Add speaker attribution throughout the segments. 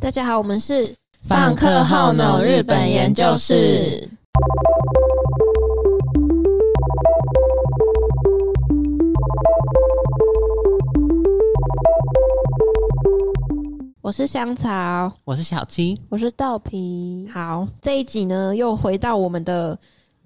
Speaker 1: 大家好，我们是
Speaker 2: 放课后脑日本研究室。
Speaker 1: 我是香草，
Speaker 2: 我是小七，
Speaker 3: 我是豆皮，
Speaker 1: 好，这一集呢又回到我们的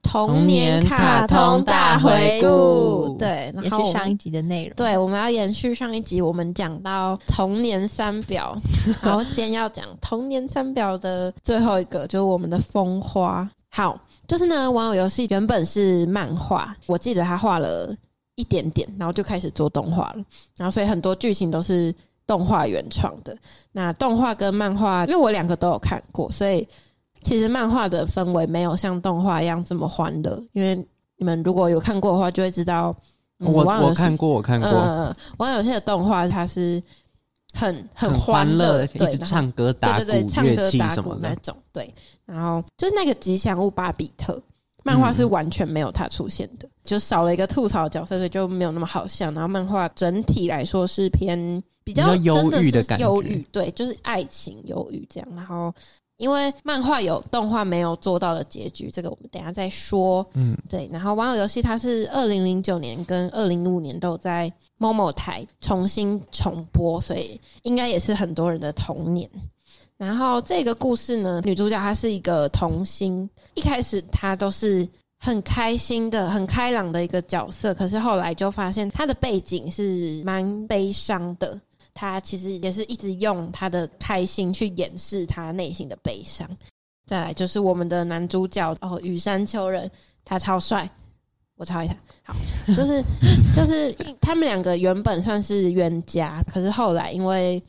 Speaker 1: 童
Speaker 2: 童
Speaker 1: 年
Speaker 2: 年
Speaker 1: 卡
Speaker 2: 卡
Speaker 1: 通
Speaker 2: 通
Speaker 1: 大
Speaker 2: 大
Speaker 1: 回
Speaker 2: 回
Speaker 1: 顾
Speaker 2: 顾，
Speaker 1: 对，
Speaker 3: 也
Speaker 1: 然后
Speaker 3: 是
Speaker 1: 我
Speaker 3: 上
Speaker 1: 们
Speaker 3: 一集的内容。
Speaker 1: 对，我们要延续上一集，我们讲到童年三表，然后今天要讲童年三表的最后一个，就是我们的风花。 好，就是呢，玩偶游戏原本是漫画，我记得他画了一点点，然后就开始做动画了，然后所以很多剧情都是动画原创的。那动画跟漫画，因为我两个都有看过，所以其实漫画的氛围没有像动画一样这么欢乐，因为。你们如果有看过的话，就会知道。嗯
Speaker 2: 我
Speaker 1: 玩偶游
Speaker 2: 我
Speaker 1: 戏
Speaker 2: 看过，我看过，
Speaker 1: 嗯，网友些的动画它是很很
Speaker 2: 欢
Speaker 1: 欢乐，
Speaker 2: 一
Speaker 1: 对，
Speaker 2: 直
Speaker 1: 然后
Speaker 2: 唱歌打
Speaker 1: 对
Speaker 2: 鼓、
Speaker 1: 对对，唱
Speaker 2: 乐
Speaker 1: 歌
Speaker 2: 器
Speaker 1: 打
Speaker 2: 什
Speaker 1: 鼓
Speaker 2: 么
Speaker 1: 那
Speaker 2: 的。
Speaker 1: 种，对。然后就是那个吉祥物巴比
Speaker 2: 嗯
Speaker 1: 特，漫画是完全没有它出现的，就少了一个吐槽角色，所以就没有那么好笑。然后漫画整体来说是偏比较
Speaker 2: 比较忧
Speaker 1: 真的
Speaker 2: 郁的
Speaker 1: 是
Speaker 2: 感觉
Speaker 1: 忧郁，对，就是爱情忧郁这样。然后因为漫画有动画没有做到的结局，这个我们等一下再说。
Speaker 2: 嗯，
Speaker 1: 对，然后《玩偶游戏》它是二零零九年跟二零零五年都有在某某台重新重播，所以应该也是很多人的童年。然后这个故事呢，女主角她是一个童星，一开始她都是很开心的、很开朗的一个角色，可是后来就发现她的背景是蛮悲伤的。她其实也是一直用她的开心去掩饰她内心的悲伤。再来就是我们的男主角哦，羽山秋人，他超帅，我超爱他。好，就是就是他们两个原本算是冤家，可是后来因为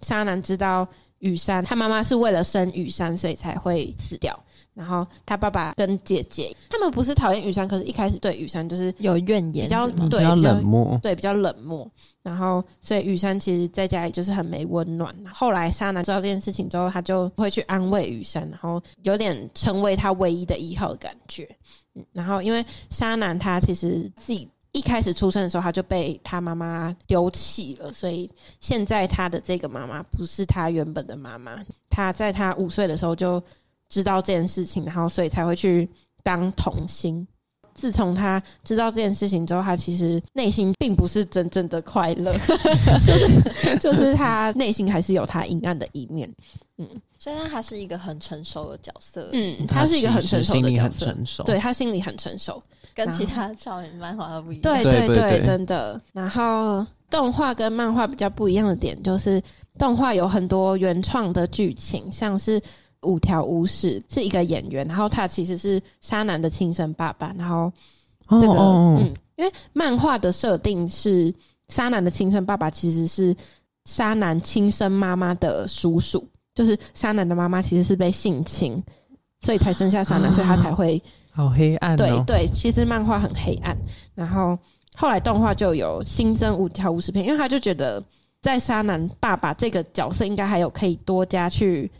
Speaker 1: 沙男知道雨山，他妈妈是为了生雨山，所以才会死掉。然后他爸爸跟姐姐，他们不是讨厌雨山，可是一开始对雨山就是
Speaker 3: 有怨
Speaker 1: 比
Speaker 3: 言
Speaker 1: 较
Speaker 3: 是吗，
Speaker 1: 对
Speaker 2: 比较
Speaker 1: 比较
Speaker 2: 嗯冷漠，
Speaker 1: 对，比较冷漠。然后，所以雨山其实在家里就是很没温暖。后来沙男知道这件事情之后，他就会去安慰雨山，然后有点成为他唯一的依靠的感觉。嗯然后，因为沙男他其实自己一开始出生的时候，他就被他妈妈丢弃了，所以现在他的这个妈妈不是他原本的妈妈。他在他五岁的时候就知道这件事情，然后所以才会去当童星。自从他知道这件事情之后，他其实内心并不是真正的快 乐，就是就是他内心还是有他阴暗的一面。
Speaker 3: 所以他是一个很成熟的角色，
Speaker 1: 嗯，他是一个很成熟
Speaker 2: 心
Speaker 1: 的
Speaker 2: 里
Speaker 1: 角
Speaker 2: 很
Speaker 1: 色，
Speaker 2: 成熟。嗯
Speaker 1: 对，他心里很成熟，
Speaker 3: 跟其他少女漫画都不一样。
Speaker 1: 对对
Speaker 2: 对对
Speaker 1: 对，
Speaker 2: 对
Speaker 1: 真的。然后动画跟漫画比较不一样的点就是，动画有很多原创的剧情，像是五条悟是是一个演员，然后他其实是沙男的亲生爸爸，然后
Speaker 2: 哦，
Speaker 1: 这个、
Speaker 2: 哦哦
Speaker 1: 嗯，因为漫画的设定是沙男的亲生爸爸其实是沙男亲生妈妈的叔叔，就是沙男的妈妈其实是被性侵，所以才生下沙男，
Speaker 2: 啊
Speaker 1: 所以他才会
Speaker 2: 好黑暗
Speaker 1: 对
Speaker 2: 哦。
Speaker 1: 对，其实漫画很黑暗，然后后来动画就有新增五条五十篇，因为他就觉得在沙男爸爸这个角色应该还有可以多加去，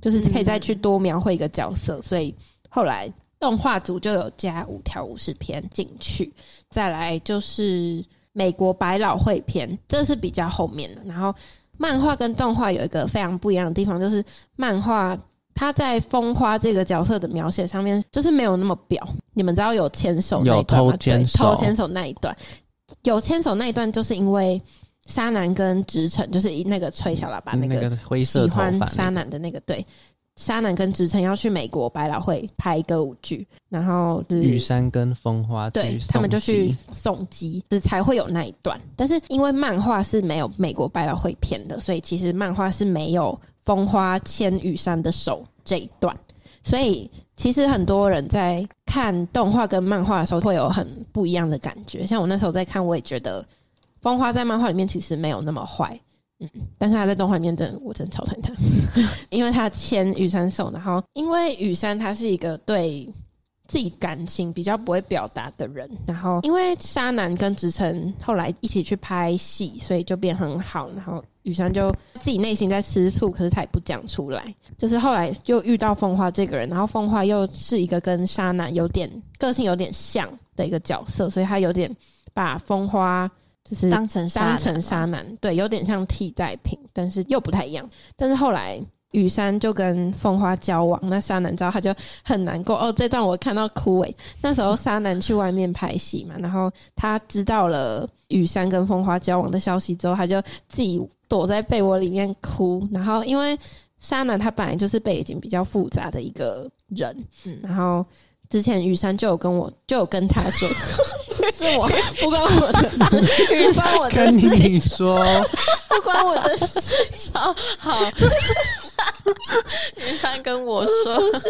Speaker 1: 就是
Speaker 2: 嗯
Speaker 1: 可以再去多描绘一个角色，所以后来动画组就有加五条五十篇进去，再来就是美国百老汇篇，这是比较后面的，然后。漫画跟动画有一个非常不一样的地方，就是漫画他在风花这个角色的描写上面，就是没有那么表。你们知道有牵手那一段吗
Speaker 2: 有偷牵手
Speaker 1: 对偷牵手那一段，有牵手那一段，就是因为沙男跟直城，就是那个吹小喇叭那
Speaker 2: 嗯那
Speaker 1: 个
Speaker 2: 个灰色
Speaker 1: 喜
Speaker 2: 头发
Speaker 1: 欢
Speaker 2: 那个，
Speaker 1: 沙男的那个，对，沙男跟直城要去美国百老汇拍歌舞剧，然后是
Speaker 2: 玉山跟风花去
Speaker 1: 嗯对他们就
Speaker 2: 送
Speaker 1: 啊去
Speaker 2: 机
Speaker 1: 送机，这才会有那一段。但是因为漫画是没有美国百老汇片的，所以其实漫画是没有风花牵雨山的手这一段。所以其实很多人在看动画跟漫画的时候会有很不一样的感觉。像我那时候在看，我也觉得风花在漫画里面其实没有那么坏。嗯，但是他在动画里面真的，我真的超讨厌他，因为他牵雨山手，然后因为雨山他是一个对自己感情比较不会表达的人，然后因为沙男跟直城后来一起去拍戏，所以就变很好。然后雨山就自己内心在吃醋，可是他也不讲出来。就是后来又遇到风花这个人，然后风花又是一个跟沙男有点个性有点像的一个角色，所以他有点把风花就是
Speaker 3: 当成
Speaker 1: 当
Speaker 3: 当
Speaker 1: 成
Speaker 3: 成
Speaker 1: 沙男，对，有点像替代品，但是又不太一样。但是后来羽山就跟风花交往，那沙男知道他就很难过哦。这段我看到枯萎，那时候沙男去外面拍戏嘛，然后他知道了羽山跟风花交往的消息之后，他就自己躲在被窝里面哭。然后因为沙男他本来就是背景比较复杂的一个人，
Speaker 3: 嗯
Speaker 1: 然后之前雨山就有跟我就有跟他说，
Speaker 3: 是 我
Speaker 1: 不关我的事，
Speaker 3: 不关我的
Speaker 4: 跟
Speaker 3: 事，
Speaker 4: 你说，
Speaker 3: 不关我的事。超好，云山跟我说，
Speaker 1: 不是，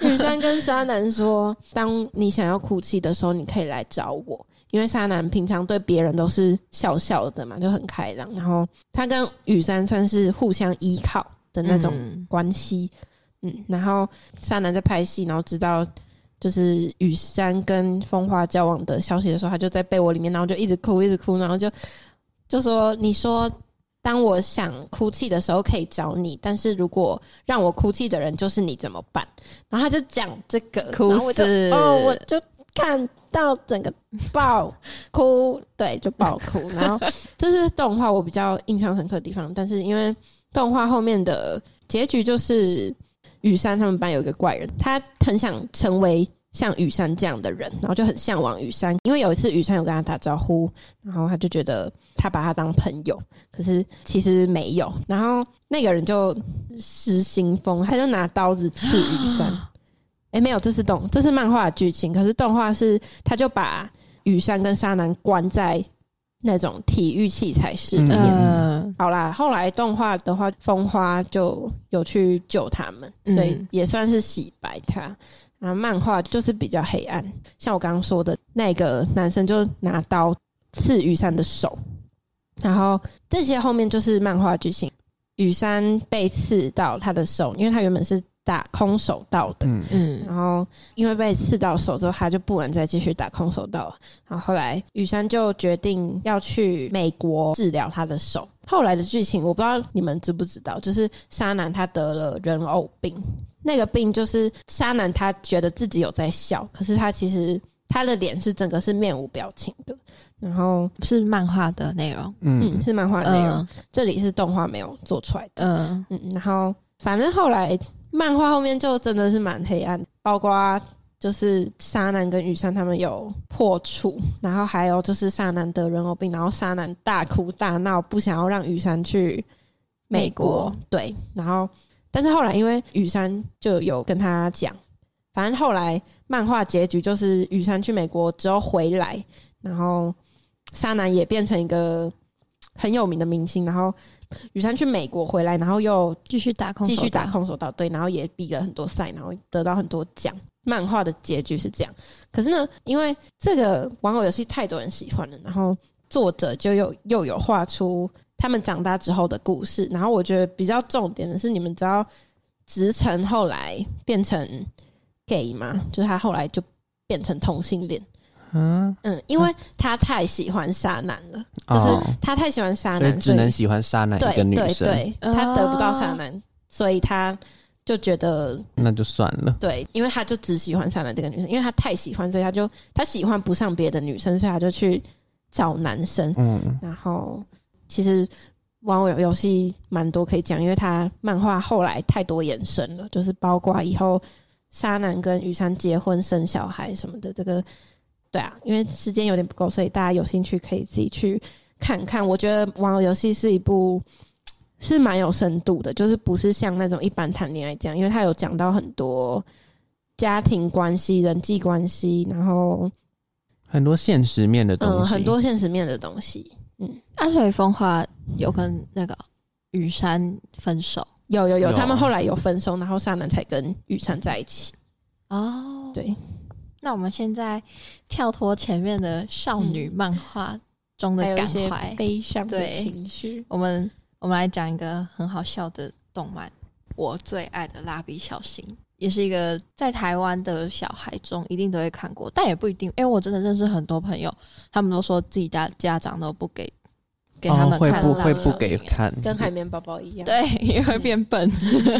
Speaker 1: 雨山跟沙男说，当你想要哭泣的时候，你可以来找我。因为沙男平常对别人都是笑笑的嘛，就很开朗。然后他跟雨山算是互相依靠的那种
Speaker 3: 嗯
Speaker 1: 关系，嗯然后沙男在拍戏，然后知道就是雨山跟风花交往的消息的时候，他就在被窝里面，然后就一直哭，一直哭，然后就就说：“你说当我想哭泣的时候可以找你，但是如果让我哭泣的人就是你怎么办？”然后他就讲这个，
Speaker 3: 哭
Speaker 1: 然后我就
Speaker 3: 死
Speaker 1: 哦，我就看到整个爆 哭，对，就爆哭。然后这是动画我比较印象深刻的地方，但是因为动画后面的结局就是雨山他们班有一个怪人，他很想成为像雨山这样的人，然后就很向往雨山。因为有一次雨山有跟他打招呼，然后他就觉得他把他当朋友，可是其实没有。然后那个人就失心疯，他就拿刀子刺雨 山。诶，哎没有，这是动，这是漫画的剧情。可是动画是，他就把雨山跟沙男关在那种体育器材室里面。
Speaker 3: 嗯，
Speaker 1: 好啦，后来动画的话，风花就有去救他们，
Speaker 3: 嗯
Speaker 1: 所以也算是洗白他。然后漫画就是比较黑暗，像我刚刚说的那个男生就拿刀刺雨山的手，然后这些后面就是漫画剧情。雨山被刺到他的手，因为他原本是打空手道的，
Speaker 4: 嗯，
Speaker 3: 嗯
Speaker 1: 然后因为被刺到手之后，他就不能再继续打空手道了。然后后来雨山就决定要去美国治疗他的手。后来的剧情我不知道你们知不知道，就是沙男他得了人偶病，那个病就是沙男他觉得自己有在笑，可是他其实他的脸是整个是面无表情的。然后
Speaker 3: 是漫画的内容，
Speaker 4: 嗯
Speaker 1: 嗯，，是漫画内容，
Speaker 3: 嗯
Speaker 1: 这里是动画没有做出来的。
Speaker 3: 嗯
Speaker 1: 嗯，然后反正后来漫画后面就真的是蛮黑暗，包括就是沙男跟雨山他们有破处，然后还有就是沙男得人偶病，然后沙男大哭大闹，不想要让雨山去美国，
Speaker 3: 美国
Speaker 1: 对，然后但是后来因为雨山就有跟他讲，反正后来漫画结局就是雨山去美国之后回来，然后沙男也变成一个很有名的明星，然后雨山去美国回来，然后又
Speaker 3: 继续打
Speaker 4: 哦
Speaker 3: 空，
Speaker 1: 继续打，空手道，对，然后也比了很多赛，然后得到很多奖。漫画的结局是这样，可是呢，因为这个玩偶游戏太多人喜欢了，然后作者就又又有画出他们长大之后的故事。然后我觉得比较重点的是，你们知道直城后来变成 gay 吗？就是他后来就变成同性恋，
Speaker 4: 嗯，
Speaker 1: 嗯，因为他太喜欢沙男了，
Speaker 4: 哦
Speaker 2: 啊
Speaker 1: 就是他太喜欢沙
Speaker 4: 所以
Speaker 1: 男，
Speaker 4: 只能喜欢沙男
Speaker 1: 对
Speaker 4: 一个女
Speaker 1: 对
Speaker 4: 生，哦
Speaker 1: 对，他得不到
Speaker 3: 啊
Speaker 1: 沙男，所以他就觉得
Speaker 4: 那就算了。
Speaker 1: 对，因为他就只喜欢沙男这个女生，因为他太喜欢，所以他就他喜欢不上别的女生，所以他就去找男生。
Speaker 4: 嗯，
Speaker 1: 然后其实玩偶游戏蛮多可以讲，因为他漫画后来太多延伸了，就是包括以后沙男跟雨山结婚生小孩什么的，这个对啊，因为时间有点不够，所以大家有兴趣可以自己去看看。我觉得玩偶游戏是一部。是蛮有深度的，就是不是像那种一般谈恋爱这样，因为他有讲到很多家庭关系、人际关系，然后
Speaker 4: 很多现实面的东
Speaker 1: 嗯、
Speaker 4: 西，
Speaker 1: 很
Speaker 2: 哦
Speaker 1: 多现实面的东西。
Speaker 3: 安水风花有跟那个雨山分手
Speaker 1: 有有有，
Speaker 4: 有
Speaker 1: 他们后来有分手，然后沙男才跟雨山在一起。
Speaker 3: 哦，
Speaker 1: 对，
Speaker 3: 那我们现在跳脱前面的少女漫画中
Speaker 4: 嗯
Speaker 3: 的
Speaker 1: 还有一
Speaker 3: 感
Speaker 1: 些
Speaker 3: 怀，
Speaker 1: 悲伤的
Speaker 3: 对
Speaker 1: 情绪。
Speaker 3: 我们我们来讲一个很好笑的动漫，我最爱的蜡笔小新，也是一个在台湾的小孩中一定都会看过，但也不一定，因为我真的认识很多朋友，他们都说自己家家长都不给给他
Speaker 4: 哦
Speaker 3: 们
Speaker 4: 会
Speaker 3: 看
Speaker 4: 不
Speaker 3: 蜡笔小新、
Speaker 4: 会不给看？
Speaker 1: 跟海绵宝宝一样，
Speaker 3: 对， 也会变笨。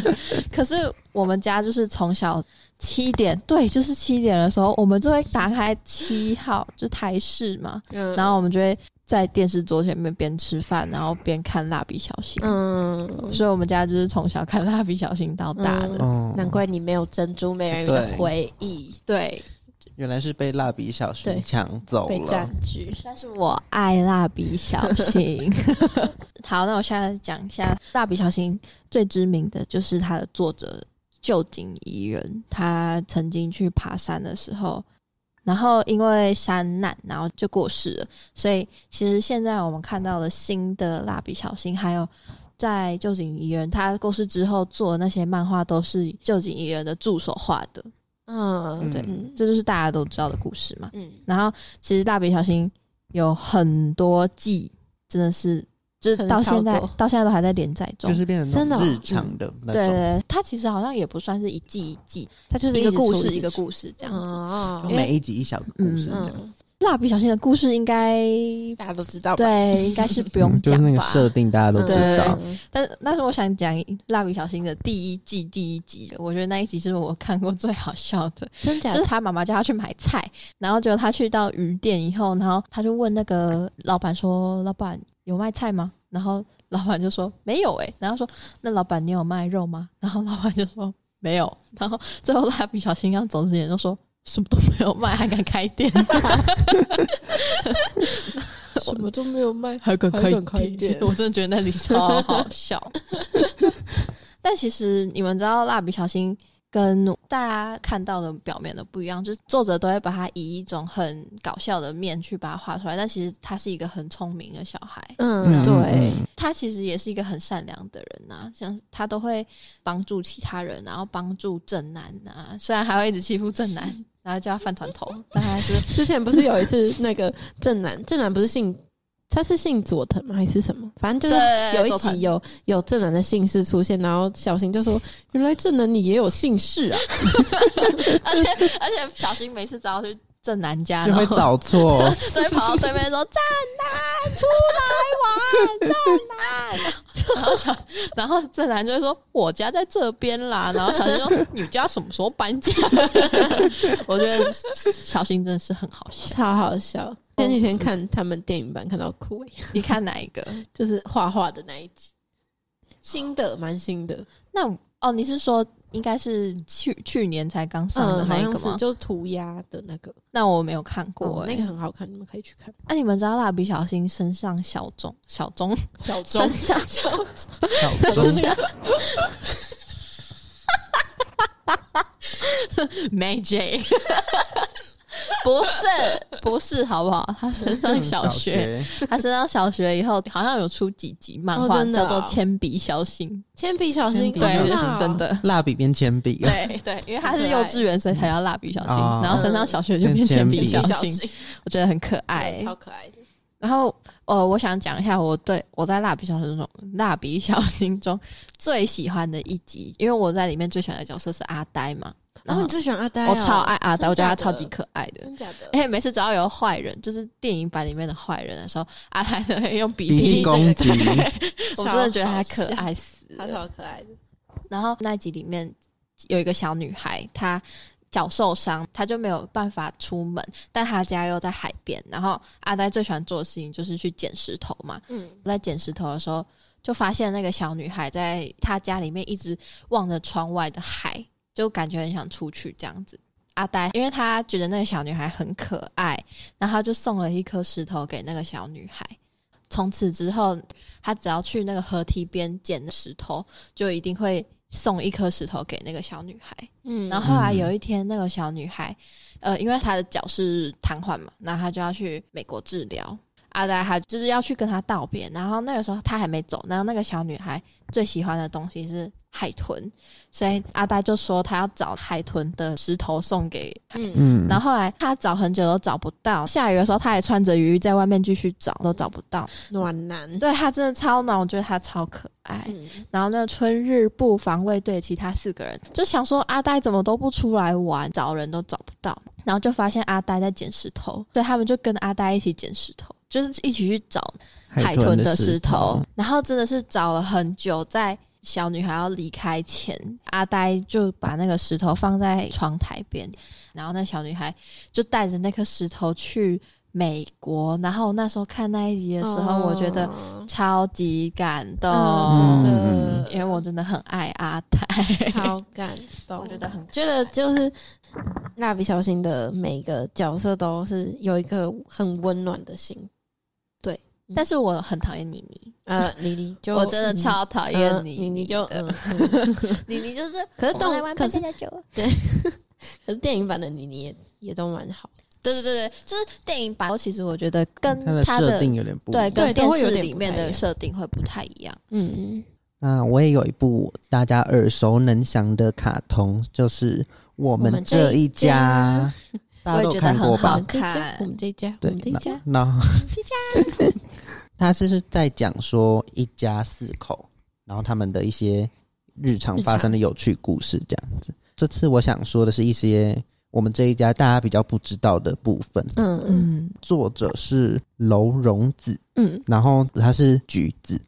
Speaker 3: 可是我们家就是从小七点，对，就是七点的时候，我们就会打开七号，就台式嘛，
Speaker 1: 嗯
Speaker 3: 然后我们就会在电视桌前面边吃饭，然后边看蜡笔小新。
Speaker 1: 嗯，
Speaker 3: 所以我们家就是从小看蜡笔小新到大的。
Speaker 1: 嗯
Speaker 4: 哦，
Speaker 1: 难怪你没有珍珠美人鱼的
Speaker 4: 对
Speaker 1: 回忆
Speaker 3: 对，
Speaker 4: 原来是被蜡笔小
Speaker 1: 对
Speaker 4: 新抢走
Speaker 1: 被占
Speaker 4: 了。
Speaker 1: 据。
Speaker 3: 但是我爱蜡笔小新。 好，那我现在讲一下蜡笔小新最知名的就是它的作者旧井宜人，他曾经去爬山的时候，然后因为山难，然后就过世了。所以其实现在我们看到的新的蜡笔小新，还有在旧井宜人他过世之后做的那些漫画，都是旧井宜人的助手画的。
Speaker 1: 嗯，
Speaker 4: 对
Speaker 1: 嗯
Speaker 3: 这就是大家都知道的故事嘛。
Speaker 1: 嗯，
Speaker 3: 然后其实蜡笔小新有很多季，真的是就是到现
Speaker 1: 很
Speaker 3: 在
Speaker 1: 超多
Speaker 3: 到现在都还在连载中。
Speaker 4: 就是变成
Speaker 1: 真
Speaker 4: 那
Speaker 1: 的
Speaker 4: 种
Speaker 1: 哦
Speaker 4: 日常的那
Speaker 3: 对
Speaker 4: 种，
Speaker 3: 对对，它其实好像也不算是一季一季，
Speaker 1: 它就是
Speaker 3: 一个故事
Speaker 1: 一
Speaker 3: 一个
Speaker 1: 事
Speaker 3: 故事
Speaker 1: 这
Speaker 3: 这样子。
Speaker 1: 哦
Speaker 4: 就，每一集一小个故事这样。
Speaker 1: 嗯，
Speaker 3: 蜡笔小新的故事应该
Speaker 1: 大家都知道吧，
Speaker 3: 对，应该是不用
Speaker 4: 嗯 就是
Speaker 3: 讲
Speaker 4: 那个
Speaker 3: 吧。
Speaker 4: 设定，大家都
Speaker 1: 嗯
Speaker 4: 知道。
Speaker 1: 对
Speaker 3: 但是但是我想讲蜡笔小新的第一季第一集的，我觉得那一集就是我看过最好笑的。
Speaker 1: 真假
Speaker 3: 就是他妈妈叫他去买菜，然后结果他去到鱼店以后，然后他就问那个老板说：“老板有卖菜吗？”然后老板就说：“没有诶、欸然后说：“那老板你有卖肉吗？”然后老板就说：“没有。”然后最后蜡笔小新要走之前就说。什么都没有卖，还敢开店，
Speaker 1: 什么都没有卖，
Speaker 3: 还敢
Speaker 1: 开店还敢开店
Speaker 3: 我真的觉得那里 超好笑。但其实你们知道，蜡笔小新跟大家看到的表面的不一样，就是作者都会把他以一种很搞笑的面去把它画出来，但其实他是一个很聪明的小孩，
Speaker 1: 嗯，对，
Speaker 4: 嗯
Speaker 3: 他其实也是一个很善良的人呐、像他都会帮助其他人，然后帮助正男啊，虽然还会一直欺负正男，然后叫他饭团头， 但他还是
Speaker 1: 之前不是有一次那个正男，正男不是姓他是姓佐藤吗？还是什么？反正就是
Speaker 3: 对
Speaker 1: 有一
Speaker 3: 佐藤
Speaker 1: 集有有正男的姓氏出现，然后小新就说：“原来正男你也有姓氏 啊
Speaker 3: 而且而且小新每次只要去正南家，
Speaker 4: 就会
Speaker 3: 然后
Speaker 4: 找错，
Speaker 3: 所以跑到对面说：“站男，出来玩，站男。” 然后小，然后正男就会说：“我家在这边啦。”然后小新说：“你家什么时候搬家？” 我觉得小新真的是很好！”笑。
Speaker 1: 超好笑。前几天看他们电影版看到哭、 欸，
Speaker 3: 你看哪一个？
Speaker 1: 就是画画的那一集，嗯新的蛮新的，
Speaker 3: 那哦，你是说应该是去去年才刚上的
Speaker 1: 嗯，好
Speaker 3: 那一
Speaker 1: 像
Speaker 3: 个
Speaker 1: 是
Speaker 3: 吗？
Speaker 1: 就是涂鸦的那个，
Speaker 3: 那我没有看过、
Speaker 1: 哦
Speaker 3: 欸啊
Speaker 1: 那个很好看，你们可以去看。
Speaker 3: 那、你们知道蜡笔小新身上小钟小钟
Speaker 1: 小钟
Speaker 3: 身，上
Speaker 1: 小
Speaker 4: 小
Speaker 1: 钟
Speaker 4: 钟
Speaker 1: 那个
Speaker 3: May J，不是不是，好不好？他身上小学，，他身上小学以后好像有出几集漫
Speaker 1: 哦
Speaker 3: 画，
Speaker 1: 真的
Speaker 3: 叫
Speaker 1: 哦
Speaker 3: 做《铅笔小新》，
Speaker 1: 铅笔小新，
Speaker 4: 铅笔
Speaker 3: 啊
Speaker 1: 真
Speaker 4: 小新
Speaker 3: 对，
Speaker 1: 的啊
Speaker 3: 是真。的。
Speaker 4: 蜡笔变铅笔，
Speaker 3: 对对，因为他是幼稚园，所以才叫蜡笔小新，
Speaker 4: 哦
Speaker 3: 然后升到小学就啊变铅笔小
Speaker 1: 铅笔小
Speaker 3: 新，
Speaker 1: 新，
Speaker 3: 我觉得很可爱
Speaker 1: 对，。超可爱的。
Speaker 3: 然后呃，我想讲一下我对我在蜡笔小新中蜡笔小新中最喜欢的一集，因为我在里面最喜欢的角色是阿呆嘛，然
Speaker 1: 然后
Speaker 3: 后
Speaker 1: 你最喜欢阿呆哦？
Speaker 3: 我超爱阿呆，我觉得他
Speaker 1: 真假
Speaker 3: 超
Speaker 1: 的
Speaker 3: 级可爱的。哎
Speaker 1: 真假的？
Speaker 3: 而且每次只要有坏人，就是电影版里面的坏人的时候，阿泰都会用鼻
Speaker 4: 鼻
Speaker 3: 涕
Speaker 4: 涕攻击，
Speaker 3: 我真的觉得他可爱死
Speaker 1: 他
Speaker 3: 了。
Speaker 1: 超可爱的。
Speaker 3: 然后那一集里面有一个小女孩，她脚受伤，她就没有办法出门，但她家又在海边。然后阿呆最喜欢做的事情就是去捡石头嘛，
Speaker 1: 嗯，
Speaker 3: 我在捡石头的时候，就发现那个小女孩在她家里面一直望着窗外的海，就感觉很想出去这样子。阿呆，因为他觉得那个小女孩很可爱，然后他就送了一颗石头给那个小女孩。从此之后，他只要去那个河堤边捡石头，就一定会送一颗石头给那个小女孩。
Speaker 1: 嗯
Speaker 3: 然后后来有一天，那个小女孩，呃，因为她的脚是瘫痪嘛，然后她就要去美国治疗。阿呆还就是要去跟她道别，然后那个时候她还没走，然后那个小女孩最喜欢的东西是海豚，所以阿呆就说他要找海豚的石头送给
Speaker 1: 嗯，
Speaker 4: 嗯，
Speaker 3: 然后后来他找很久都找不到，下雨的时候他还穿着雨衣在外面继续找，都找不到。
Speaker 1: 暖男。
Speaker 3: 对他真的超暖，我觉得他超可爱。
Speaker 1: 嗯，
Speaker 3: 然后那春日部防卫队其他四个人就想说阿呆怎么都不出来玩，找人都找不到，然后就发现阿呆在捡石头，所以他们就跟阿呆一起捡石头，就是一起去找海豚的石头，然后真的是找了很久，在小女孩要离开前，阿呆就把那个石头放在窗台边，然后那小女孩就带着那颗石头去美国，然后那时候看那一集的时候，我觉得
Speaker 1: 哦
Speaker 3: 超级感动，
Speaker 1: 嗯真
Speaker 4: 嗯
Speaker 1: 的，
Speaker 3: 因为我真的很爱阿 泰，
Speaker 1: 超感动，
Speaker 3: 我觉得很
Speaker 1: 觉得就是蜡笔小新的每个角色都是有一个很温暖的 心。
Speaker 3: 但是我很讨厌妮妮，
Speaker 1: 呃，妮妮就
Speaker 3: 我真的超讨
Speaker 1: 讨
Speaker 3: 厌妮
Speaker 1: 妮妮就
Speaker 3: 的
Speaker 1: 嗯， 嗯
Speaker 3: 妮妮 就是，
Speaker 1: 可是
Speaker 3: 我们来
Speaker 1: 动
Speaker 3: 玩
Speaker 1: 可是
Speaker 3: 扮家家酒
Speaker 1: 可是电影版的妮妮也也都蛮好，
Speaker 3: 对对对对，就是电影版，其实我觉得跟
Speaker 4: 嗯它的
Speaker 3: 它
Speaker 4: 设
Speaker 3: 的
Speaker 4: 定有点不一
Speaker 3: 对
Speaker 4: 样。
Speaker 3: 跟
Speaker 1: 对都
Speaker 3: 电
Speaker 1: 会有
Speaker 3: 视
Speaker 1: 点
Speaker 3: 里
Speaker 1: 不
Speaker 3: 面
Speaker 1: 太一
Speaker 3: 的
Speaker 1: 样
Speaker 3: 设定会不太一样。
Speaker 1: 嗯，
Speaker 4: 那我也有一部大家耳熟能详的卡通，就是《我
Speaker 1: 我
Speaker 4: 们
Speaker 1: 们这
Speaker 4: 这一
Speaker 1: 一
Speaker 4: 家》，大家
Speaker 3: 我也
Speaker 4: 都
Speaker 3: 觉得
Speaker 4: 看
Speaker 3: 很
Speaker 4: 过吧
Speaker 3: 好
Speaker 1: 我？们这一家
Speaker 3: 看，
Speaker 1: 我们这一家，我
Speaker 4: 对
Speaker 1: 们这一家，，
Speaker 4: 那那 他是是在讲说一家四口，然后他们的一些日常发生的有趣故事这样子。这次我想说的是一些我们这一家大家比较不知道的部分。
Speaker 1: 嗯嗯
Speaker 3: 嗯，
Speaker 4: 作者是楼荣子，
Speaker 1: 嗯，
Speaker 4: 然后他是橘子，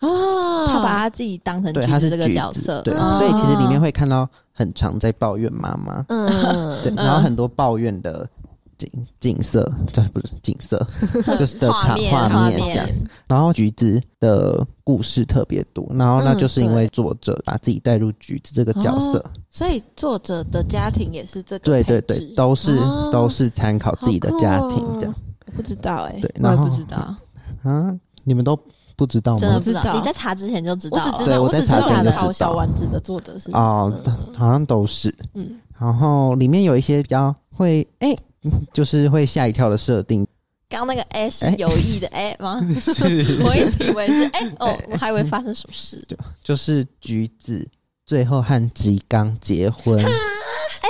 Speaker 1: 哦，
Speaker 3: 他把他自己当成
Speaker 4: 对，
Speaker 3: 嗯橘
Speaker 4: 他
Speaker 3: 子
Speaker 4: 是
Speaker 3: 这个
Speaker 4: 橘
Speaker 3: 角
Speaker 4: 子
Speaker 3: 色，啊嗯
Speaker 4: 对，
Speaker 1: 哦
Speaker 4: 所以其实里面会看到很常在抱怨妈妈，
Speaker 1: 嗯
Speaker 4: 对，然后很多抱怨的景景色，这不是景色，就是的
Speaker 3: 画
Speaker 4: 场
Speaker 3: 面
Speaker 4: 画
Speaker 3: 画
Speaker 4: 面这
Speaker 3: 面
Speaker 4: 样。然后橘子的故事特别多，然
Speaker 3: 嗯
Speaker 4: 后那就是因为作者把自己带入橘子这个角色，
Speaker 3: 哦
Speaker 1: 所以作者的家庭也是这个
Speaker 4: 对对
Speaker 1: 配
Speaker 4: 对
Speaker 1: 置，
Speaker 4: 都是
Speaker 1: 哦
Speaker 4: 都是参考自己的家庭这样
Speaker 1: 好酷。哦我不知道哎，
Speaker 4: 对，
Speaker 3: 我也
Speaker 4: 然后
Speaker 3: 不知道，
Speaker 4: 啊，你们都不知道
Speaker 3: 真的
Speaker 4: 吗
Speaker 3: 不？知
Speaker 1: 我知
Speaker 3: 道。
Speaker 1: 道
Speaker 3: 你在查之前就知道
Speaker 1: 我只
Speaker 3: 了，
Speaker 1: 知
Speaker 4: 对
Speaker 1: 道，
Speaker 4: 我
Speaker 1: 我
Speaker 4: 在
Speaker 1: 只知
Speaker 4: 查
Speaker 1: 道
Speaker 4: 之前就知
Speaker 1: 桃小
Speaker 4: 道
Speaker 1: 丸子的作者是
Speaker 4: 哦
Speaker 1: 嗯，
Speaker 4: 好像都是。
Speaker 1: 嗯
Speaker 4: 然后里面有一些比较会哎、 就是会吓一跳的设 定，
Speaker 3: 刚刚那个 A 是
Speaker 4: 哎
Speaker 3: 有意的 A 吗？
Speaker 4: 是
Speaker 3: 我一直以为是哎、哦，我还以为发生什么事。
Speaker 4: 就是橘子最后和吉刚结 婚，
Speaker 3: 哎、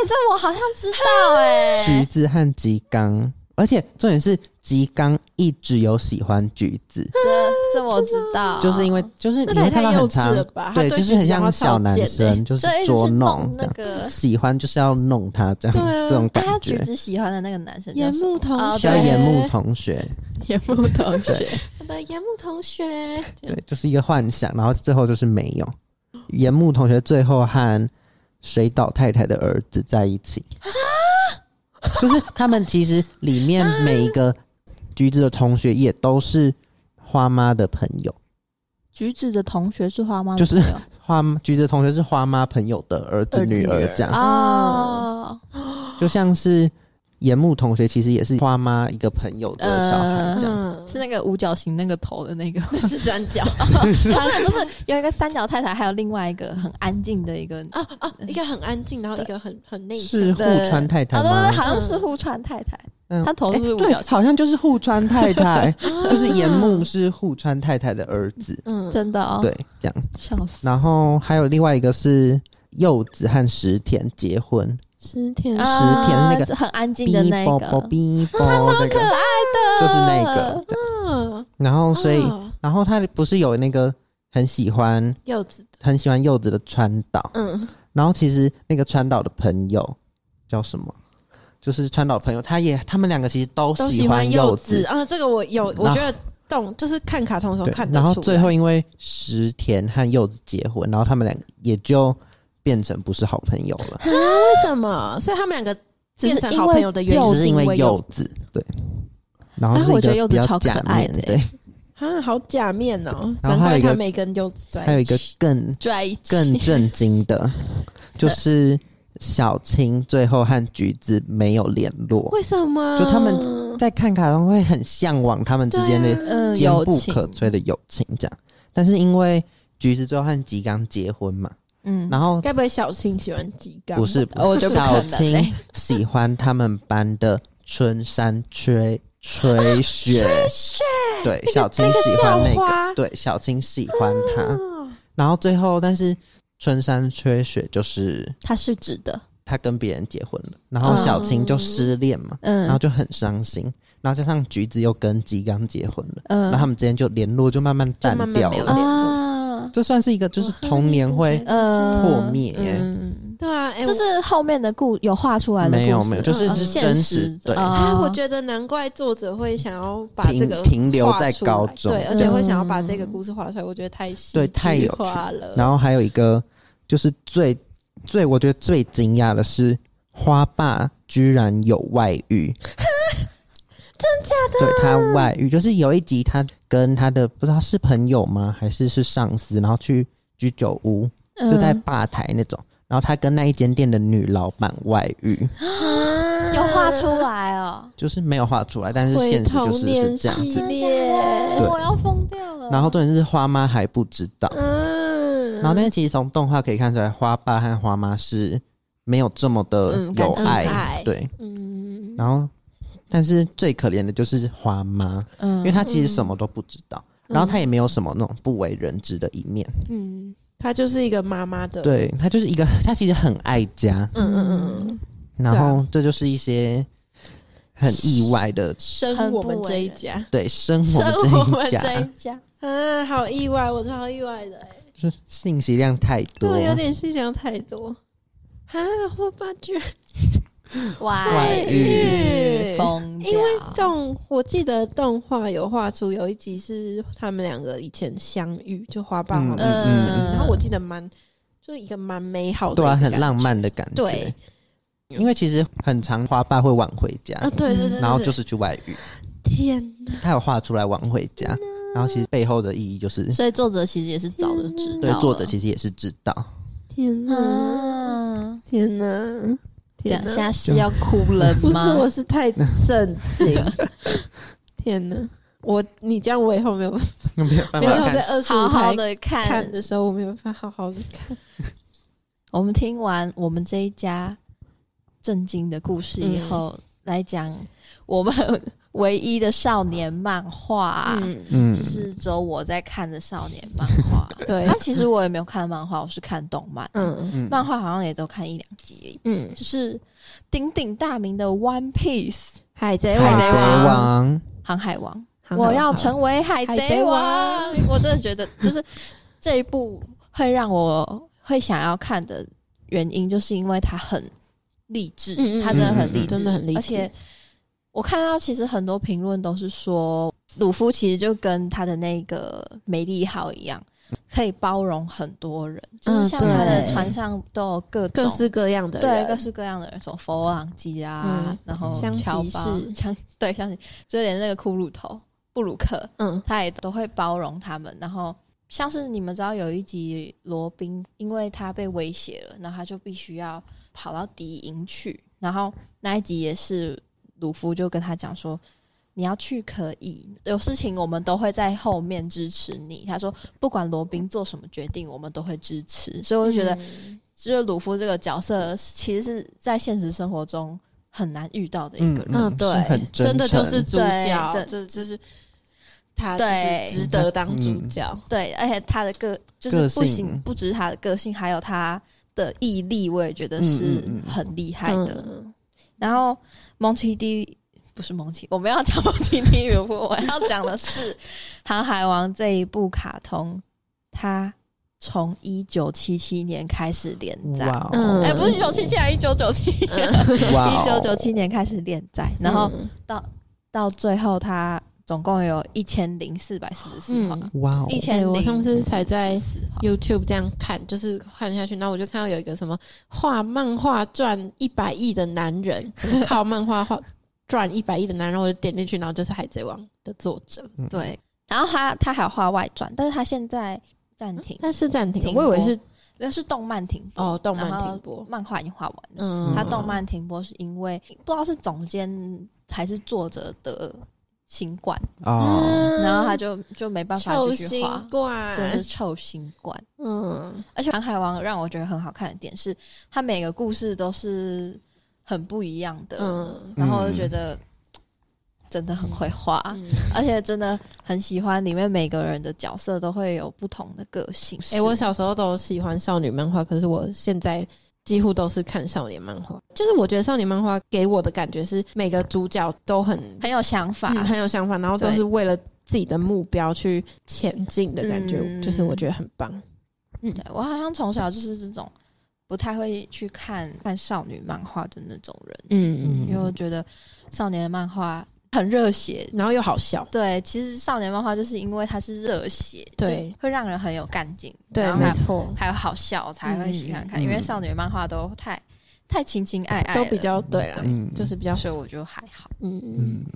Speaker 3: 这我好像知道哎、
Speaker 4: 橘子和吉刚，而且重点是吉刚一直有喜欢橘子，
Speaker 3: 这这我知道，
Speaker 4: 就是因为就是
Speaker 1: 那
Speaker 4: 你
Speaker 1: 他
Speaker 4: 会
Speaker 1: 也
Speaker 4: 看
Speaker 1: 太
Speaker 4: 到
Speaker 1: 幼
Speaker 4: 很
Speaker 1: 稚了
Speaker 4: 长，
Speaker 1: 吧？他
Speaker 4: 对，就是
Speaker 1: 橘
Speaker 4: 很
Speaker 1: 子讲
Speaker 4: 像
Speaker 1: 话
Speaker 4: 小
Speaker 1: 超
Speaker 4: 男
Speaker 1: 贱欸
Speaker 4: 生，就是
Speaker 3: 这一直
Speaker 4: 捉
Speaker 3: 去
Speaker 4: 弄这
Speaker 3: 那
Speaker 4: 样，
Speaker 3: 个
Speaker 4: 喜欢就是要弄他这样，
Speaker 1: 对啊
Speaker 4: 这种
Speaker 3: 哎
Speaker 4: 感
Speaker 3: 他橘
Speaker 4: 觉。
Speaker 3: 子喜欢的那个男生叫
Speaker 1: 岩
Speaker 3: 什么
Speaker 1: 木同
Speaker 3: 哦
Speaker 1: 学，
Speaker 4: 叫岩木同学，
Speaker 3: 岩木同 学，
Speaker 1: 我的岩木同学，
Speaker 4: 对，就是一个幻想，然后最后就是没有。岩木同学最后和水岛太太的儿子在一起， 就是他们其实里面每一个橘子的同学也都是花妈的朋友，
Speaker 3: 橘子的同学是花吗？
Speaker 4: 就是花妈橘子的同学是花妈朋友的儿子
Speaker 1: 儿子
Speaker 4: 女
Speaker 1: 女
Speaker 4: 儿
Speaker 1: 儿
Speaker 4: 这样，
Speaker 3: 哦，
Speaker 4: 就像是岩木同学其实也是花妈一个朋友的小孩这样，
Speaker 1: 嗯，
Speaker 3: 是那个五角形那个头的那个，不
Speaker 1: 是三角
Speaker 3: 是不是，有一个三角太太，还有另外一个很安静的一个，
Speaker 1: 啊啊，一个很安静，然后
Speaker 3: 对
Speaker 1: 一个很很
Speaker 3: 嗯
Speaker 1: 内向的，
Speaker 4: 是户
Speaker 3: 对
Speaker 4: 川太太
Speaker 3: 啊，对对
Speaker 4: 吗
Speaker 3: 对，？好像是户川太太，
Speaker 4: 嗯
Speaker 3: 她头是不是
Speaker 4: 诶
Speaker 3: 五
Speaker 4: 对
Speaker 3: 角，形
Speaker 4: 好像就是户川太 太。
Speaker 1: 啊
Speaker 4: 就是岩木，是户川太太的儿子，
Speaker 1: 嗯，
Speaker 3: 真的哦，
Speaker 4: 对，这样。
Speaker 3: 笑死。
Speaker 4: 然后还有另外一个是柚子和石田结婚，
Speaker 1: 石田
Speaker 4: 啊十天那个
Speaker 3: 这很安静
Speaker 4: 哔
Speaker 3: 的那一
Speaker 4: 啵
Speaker 3: 个，
Speaker 4: 啵哔啵那
Speaker 3: 可爱
Speaker 4: 个，
Speaker 3: 的，哦
Speaker 4: 就是那个。这样
Speaker 1: 嗯，
Speaker 4: 然后所以，
Speaker 1: 啊
Speaker 4: 然后他不是有那个很喜欢
Speaker 1: 柚子的，
Speaker 4: 很喜欢柚子的川岛，
Speaker 1: 嗯，
Speaker 4: 然后其实那个川岛的朋友叫什么？就是川岛的朋友，他也他们两个其实都
Speaker 1: 都
Speaker 4: 哦喜
Speaker 1: 欢
Speaker 4: 柚
Speaker 1: 子啊，这个我有，我
Speaker 4: 然后
Speaker 1: 觉得动就是看卡通的时候
Speaker 4: 对
Speaker 1: 看，得
Speaker 4: 然后
Speaker 1: 出来
Speaker 4: 最后因为石田和柚子结婚，然后他们两个也就变成不是好朋友了，
Speaker 1: 啊，为什么？所以他们两个
Speaker 3: 只是
Speaker 1: 变成好朋友的原
Speaker 3: 因
Speaker 1: 因
Speaker 4: 只是因为柚
Speaker 1: 柚
Speaker 4: 子对。然后
Speaker 3: 啊
Speaker 4: 是
Speaker 3: 我
Speaker 4: 一
Speaker 3: 觉得柚
Speaker 4: 个比
Speaker 3: 子
Speaker 4: 较
Speaker 3: 超可
Speaker 4: 假
Speaker 3: 爱
Speaker 4: 面，
Speaker 3: 的
Speaker 4: 对。
Speaker 1: 啊，好假面哦，
Speaker 4: 然
Speaker 1: 难
Speaker 4: 后还
Speaker 1: 怪
Speaker 4: 有一个
Speaker 1: 他没跟柚子在起，
Speaker 4: 还有一个 更
Speaker 3: 拽一起
Speaker 4: 更震惊的，就是小青最后和橘子没有联络，
Speaker 1: 为什么？
Speaker 4: 就他们在看卡通会很向往他们之间
Speaker 1: 啊
Speaker 4: 的
Speaker 3: 嗯
Speaker 4: 坚
Speaker 3: 友
Speaker 4: 不
Speaker 3: 情
Speaker 4: 可摧的友情这样。但是因为橘子最后和吉刚结婚嘛，
Speaker 3: 嗯，哦
Speaker 4: 然后
Speaker 1: 该不会小青喜欢鸡缸？
Speaker 4: 不是，
Speaker 3: 我觉得不可
Speaker 4: 小
Speaker 3: 能
Speaker 4: 青
Speaker 3: 欸
Speaker 4: 喜欢他们班的春山吹 吹雪，对，小青喜欢
Speaker 1: 那个
Speaker 4: 那
Speaker 1: 校花
Speaker 4: 个，对，小青喜欢他。
Speaker 1: 啊
Speaker 4: 然后最后，但是春山吹雪就是
Speaker 3: 他是指的，
Speaker 4: 他跟别人结婚了，然后小青就失恋嘛，
Speaker 3: 嗯
Speaker 4: 然后就很伤心，然后加上橘子又跟吉刚结婚了，
Speaker 3: 嗯
Speaker 4: 然后他们之间就联络就慢慢淡
Speaker 1: 慢慢
Speaker 4: 掉
Speaker 1: 没有
Speaker 4: 了。
Speaker 1: 联络
Speaker 3: 啊，
Speaker 4: 这算是一个就是童年会
Speaker 3: 呃，
Speaker 4: 破灭耶
Speaker 3: 嗯，
Speaker 1: 对啊，哎、
Speaker 3: 这
Speaker 1: 我
Speaker 3: 是后面的故有画出来的故事，啊哦
Speaker 4: 没有没有，就是
Speaker 1: 嗯
Speaker 4: 是
Speaker 3: 现
Speaker 4: 真
Speaker 3: 实
Speaker 4: 实对。
Speaker 1: 哎、
Speaker 3: 啊，
Speaker 1: 我觉得难怪作者会想要把
Speaker 4: 停
Speaker 1: 这个
Speaker 4: 停留在
Speaker 1: 画出来
Speaker 4: 高中
Speaker 1: 对，而且会想要把这个故事画出来，我觉得太戏
Speaker 4: 对太有
Speaker 1: 剧化
Speaker 4: 趣
Speaker 1: 了。
Speaker 4: 然后还有一个就是最最我觉得最 惊讶的是，花爸居然有外遇，对他外遇，就是有一集他跟他的不知道是朋友吗，还是是上司，然后去居酒屋，
Speaker 3: 嗯
Speaker 4: 就在吧台那种，然后他跟那一间店的女老板外遇，
Speaker 1: 啊
Speaker 3: 有画出来哦，
Speaker 4: 就是没有画出来，但是现实就是是这样子。
Speaker 1: 列
Speaker 4: 对
Speaker 3: 我要疯掉了。
Speaker 4: 然后重点是花妈还不知道，
Speaker 1: 嗯
Speaker 4: 然后但是其实从动画可以看出来，花爸和花妈是没有这么的
Speaker 3: 嗯
Speaker 4: 有
Speaker 3: 感情
Speaker 4: 爱，
Speaker 1: 爱
Speaker 4: 对，
Speaker 1: 嗯，
Speaker 4: 然后。但是最可怜的就是花妈，
Speaker 3: 嗯，
Speaker 4: 因为她其实什么都不知道，然后她也没有什么那种不为人知的一面。
Speaker 1: 嗯，她就是一个妈妈的，
Speaker 4: 对他就是一个，他其实很爱家，
Speaker 1: 嗯嗯嗯，
Speaker 4: 然
Speaker 1: 对啊
Speaker 4: 后这就是一些很意外的，
Speaker 1: 生
Speaker 3: 很
Speaker 1: 我
Speaker 3: 不
Speaker 1: 们
Speaker 3: 为
Speaker 1: 这一
Speaker 3: 人
Speaker 1: 家
Speaker 4: 对生活
Speaker 3: 生
Speaker 4: 的
Speaker 3: 我们
Speaker 4: 家，
Speaker 3: 这一家，
Speaker 1: 啊，好意外，我超意外的欸，
Speaker 4: 就是信息量太多，
Speaker 1: 对，有点细想太多啊，我爸居然
Speaker 4: 外遇
Speaker 3: 疯掉，
Speaker 1: 因为动，我记得动画有画出有一集是他们两个以前相遇，就花爸花妈以前相遇，
Speaker 3: 嗯
Speaker 1: 然后我记得蛮就是一个蛮美好的，
Speaker 4: 对啊，很浪。漫的感觉。
Speaker 1: 对，
Speaker 4: 因为其实很常花爸会晚回家，
Speaker 1: 啊，对对对对，
Speaker 4: 然后
Speaker 1: 对
Speaker 4: 就是去外遇，
Speaker 1: 天哪，
Speaker 4: 他有画出来晚回家，然后其实背后的意义就是，
Speaker 3: 所以作者其实也是早就知道
Speaker 4: 对
Speaker 3: 了，
Speaker 4: 作者其实也是知道，
Speaker 1: 天哪，
Speaker 3: 啊，
Speaker 1: 天哪，
Speaker 3: 这
Speaker 1: 天
Speaker 3: 样
Speaker 1: 哪
Speaker 3: 现！在是要哭了
Speaker 1: 不是，
Speaker 3: 吗？
Speaker 1: 我是太震惊。天哪，我你这样，我以后没有办
Speaker 4: 没有
Speaker 1: 法，
Speaker 4: 办
Speaker 1: 没有
Speaker 4: 法看
Speaker 1: 在二十五
Speaker 3: 好好
Speaker 1: 台
Speaker 3: 的看，
Speaker 1: 看的时候，我没有办法好好的看。
Speaker 3: 我们听完我们这一家震惊的故事以后，来讲我们 唯一的少年漫画。
Speaker 1: 嗯，
Speaker 4: 嗯
Speaker 3: 就是只有我在看的少年漫画，
Speaker 1: 对
Speaker 3: 但其实我也没有看漫画，我是看动漫。
Speaker 1: 嗯
Speaker 4: 嗯
Speaker 3: 漫画好像也都看一两集而已，
Speaker 1: 嗯，
Speaker 3: 就是鼎鼎大名的《One Piece》
Speaker 1: 海贼王，
Speaker 4: 海贼王，
Speaker 3: 航海王，
Speaker 1: 好，
Speaker 3: 我要
Speaker 1: 好
Speaker 3: 成为海
Speaker 1: 海
Speaker 3: 贼
Speaker 1: 贼
Speaker 3: 王。
Speaker 1: 王
Speaker 3: 我真的觉得，就是这一部会让我会想要看的原因，就是因为它很励志，
Speaker 1: 嗯嗯
Speaker 3: 它真的很
Speaker 4: 嗯嗯
Speaker 3: 励志，
Speaker 1: 真的很励志
Speaker 3: 而且我看到其实很多评论都是说，鲁夫其实就跟他的那个美丽号一样。可以包容很多人，就是像他的
Speaker 1: 嗯对
Speaker 3: 船上都有各种
Speaker 1: 各式各样的
Speaker 3: 对
Speaker 1: 人，
Speaker 3: 各式各样的人，什么佛朗机啊，
Speaker 1: 嗯
Speaker 3: 然后
Speaker 1: 香
Speaker 3: 乔
Speaker 1: 吉
Speaker 3: 巴
Speaker 1: 士
Speaker 3: 香对香吉，就连那个骷髅头布鲁克，
Speaker 1: 嗯
Speaker 3: 他也都会包容他们。然后像是你们知道有一集罗宾，因为他被威胁了，然后他就必须要跑到敌营去。然后那一集也是鲁夫就跟他讲说。你要去可以，有事情我们都会在后面支持你。他说，不管罗宾做什么决定，我们都会支持。所以我就觉
Speaker 1: 嗯
Speaker 3: 得，只有鲁夫这个角色，其实是在现实生活中很难遇到的一个人。
Speaker 1: 嗯
Speaker 4: 嗯
Speaker 1: 对
Speaker 4: 是很，真
Speaker 1: 真的就
Speaker 4: 诚
Speaker 1: 是主角，
Speaker 3: 对
Speaker 1: 这就是他
Speaker 3: 对
Speaker 1: 就是值得当主角，
Speaker 3: 对，而且他的个就是
Speaker 4: 个
Speaker 3: 不
Speaker 4: 性
Speaker 3: 行，不只是他的个性，还有他的毅力，我也觉
Speaker 4: 嗯
Speaker 3: 得是很厉害的。
Speaker 1: 嗯
Speaker 3: 然后蒙奇 D 不是蒙奇，我们要讲蒙奇 D 鲁夫，我要讲的是《航海王》这一部卡通，它从一九七七年开始连载。
Speaker 4: 哇哦，
Speaker 1: 嗯
Speaker 3: 哎、不是一九七七，还一九九七，啊
Speaker 4: 哇哦，
Speaker 3: 一九九七年开始连载，然
Speaker 1: 嗯
Speaker 3: 后到最后，它总共有一千零四百四十四话，
Speaker 1: 嗯
Speaker 4: 哇哦，
Speaker 3: 一
Speaker 1: 哎
Speaker 3: 千
Speaker 1: 我
Speaker 3: 零
Speaker 1: 上次才在
Speaker 3: 话，
Speaker 1: YouTube 这样看，就是看下去，然后我就看到有一个什么画漫画赚一百亿的男人，靠漫画画赚一百亿的男人，我就点进去，然后就是《海贼王》的作者，
Speaker 3: 对，然后他他还有画外传，但是他现在暂停，
Speaker 1: 但是暂停，
Speaker 3: 停
Speaker 1: 我
Speaker 3: 播
Speaker 1: 以为是
Speaker 3: 因为是动漫停播，
Speaker 1: 嗯哦动漫
Speaker 3: 然后
Speaker 1: 停播
Speaker 3: 漫画已经画完了。
Speaker 1: 嗯，
Speaker 3: 他动漫停播是因为不知道是总监还是作者的新冠，
Speaker 4: 哦，
Speaker 3: 然后他就就没办法
Speaker 1: 臭
Speaker 3: 继续
Speaker 1: 嗯新
Speaker 3: 画，
Speaker 1: 冠，
Speaker 3: 真的是臭新冠。
Speaker 1: 嗯
Speaker 3: 而且《航海王》让我觉得很好看的点是，它每个故事都是很不一样的，
Speaker 1: 嗯
Speaker 3: 然后我就觉得真的很会画，
Speaker 1: 嗯，
Speaker 3: 而且真的很喜欢里面每个人的角色都会有不同的个性。
Speaker 1: 哎、我小时候都喜欢少女漫画，可是我现在几乎都是看少年漫画。就是我觉得少年漫画给我的感觉是每个主角都很
Speaker 3: 很有想法，
Speaker 1: 嗯很有想法，然后都
Speaker 3: 对
Speaker 1: 是为了自己的目标去前进的感觉，
Speaker 3: 嗯
Speaker 1: 就是我觉得很棒。
Speaker 3: 对我好像从小就是这种不太会去看看少女漫画的那种人，
Speaker 1: 嗯，
Speaker 3: 因为我觉得少年漫画很热血。
Speaker 1: 然后又好笑，
Speaker 3: 对，其实少年漫画就是因为它是热血，
Speaker 1: 对
Speaker 3: 就会让人很有干劲，
Speaker 1: 对
Speaker 3: 然，后还
Speaker 1: 没
Speaker 3: 有
Speaker 1: 错，
Speaker 3: 还有好笑，我才会喜欢看，
Speaker 4: 嗯嗯
Speaker 3: 因为少女漫画都太太情情爱爱了，
Speaker 1: 都比较对啦，啊
Speaker 4: 嗯
Speaker 1: 就是比较
Speaker 3: 所以我就还好。
Speaker 1: 嗯嗯
Speaker 4: 嗯，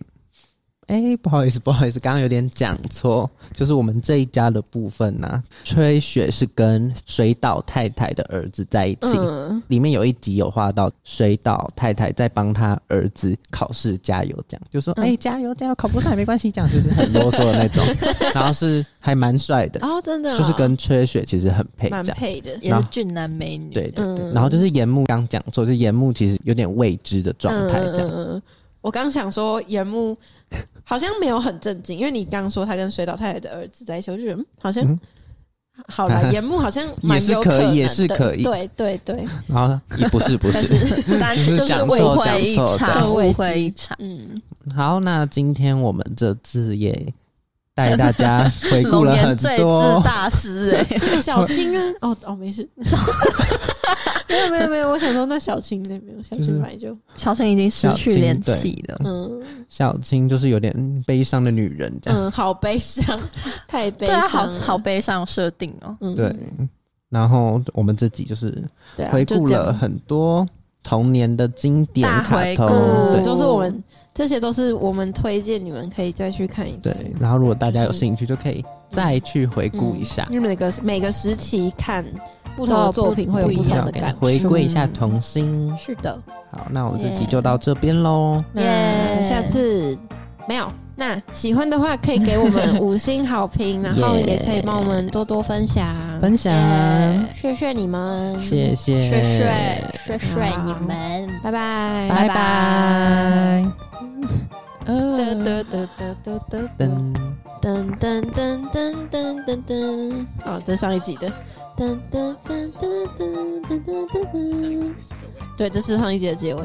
Speaker 4: 哎、不好意思，不好意思，刚刚有点讲错，就是我们这一家的部分呢、吹雪是跟水岛太太的儿子在一起。
Speaker 1: 嗯，
Speaker 4: 里面有一集有画到水岛太太在帮她儿子考试加油这样，就说：“哎、
Speaker 1: 嗯
Speaker 4: 加油加油，考不上也没关系。”这样就是很啰嗦的那 种，然后是还蛮帅的，
Speaker 1: 哦，真的哦、
Speaker 4: 就是跟吹雪其实很配这
Speaker 1: 蛮
Speaker 4: 样。
Speaker 1: 配的，
Speaker 3: 也是俊男美女。
Speaker 4: 对对对，
Speaker 1: 嗯
Speaker 4: 然后就是岩木刚讲错，就岩木其实有点未知的状态这样。
Speaker 1: 嗯嗯嗯我刚想说岩木好像没有很震惊，因为你刚说他跟水岛太太的儿子在一起，我就觉得嗯好像、
Speaker 4: 嗯
Speaker 1: 好 了，岩木好像蛮有
Speaker 4: 也是可以
Speaker 1: 能的
Speaker 4: 也是可以
Speaker 1: 对对对，
Speaker 4: 然后也不是不
Speaker 1: 嗯 但
Speaker 4: 是，
Speaker 1: 是
Speaker 3: 但是就是
Speaker 4: 讲
Speaker 3: 误
Speaker 4: 错
Speaker 3: 会一
Speaker 4: 讲错
Speaker 3: 场，
Speaker 1: 对
Speaker 3: 误会一 场。
Speaker 1: 嗯，
Speaker 4: 好，那今天我们这次也带大家回顾 了很
Speaker 3: 最
Speaker 4: 多
Speaker 3: 自。大师哎，
Speaker 1: 小青 啊，哦哦没事，没有没有没有，我 想说那小青那没有小
Speaker 4: 就是
Speaker 1: 青本来 就
Speaker 3: 小陈已经失去联系了。
Speaker 1: 嗯
Speaker 4: 小青就是有点悲伤的女人这样。
Speaker 1: 嗯好悲伤，太悲
Speaker 3: 对啊，
Speaker 1: 伤，
Speaker 3: 好好，悲伤设定哦。
Speaker 1: 嗯
Speaker 4: 对，然后我们这集就是
Speaker 1: 对啊，
Speaker 4: 回
Speaker 1: 就
Speaker 4: 顾
Speaker 1: 这样
Speaker 4: 了很多童年的经典
Speaker 3: 大
Speaker 4: 卡
Speaker 3: 回
Speaker 4: 通，
Speaker 3: 顾
Speaker 1: 嗯，
Speaker 4: 对
Speaker 1: 都是我们这些都是我们推荐你们可以再去看一次。嗯
Speaker 4: 对。然后如果大家有兴趣，就可以再去回顾一下，
Speaker 1: 因为每个每个时期看不同的作嗯品会有
Speaker 4: 不
Speaker 1: 不
Speaker 4: 同
Speaker 1: 同
Speaker 4: 的
Speaker 1: 的
Speaker 4: 感
Speaker 1: 感嗯
Speaker 4: 觉
Speaker 1: 触。
Speaker 4: 回归一下童心。
Speaker 1: 是的，
Speaker 4: 好，那我们这集就到这边喽。
Speaker 1: 那
Speaker 3: Yeah
Speaker 1: 下次没有。那喜欢的话可以给我 们五星好评，然后
Speaker 4: Yeah
Speaker 1: 也可以帮我们多多分享，
Speaker 4: 分享，
Speaker 1: 谢谢你们，
Speaker 4: 谢谢，
Speaker 3: 睡睡睡睡
Speaker 1: 好
Speaker 3: 你们，
Speaker 1: 拜拜，
Speaker 4: 拜拜。
Speaker 3: 得得得得得得得。
Speaker 4: 噔。
Speaker 1: 噔噔噔噔噔噔噔，哦，这上一集的，噔噔噔噔噔噔噔噔噔，对，这是上一集的结尾。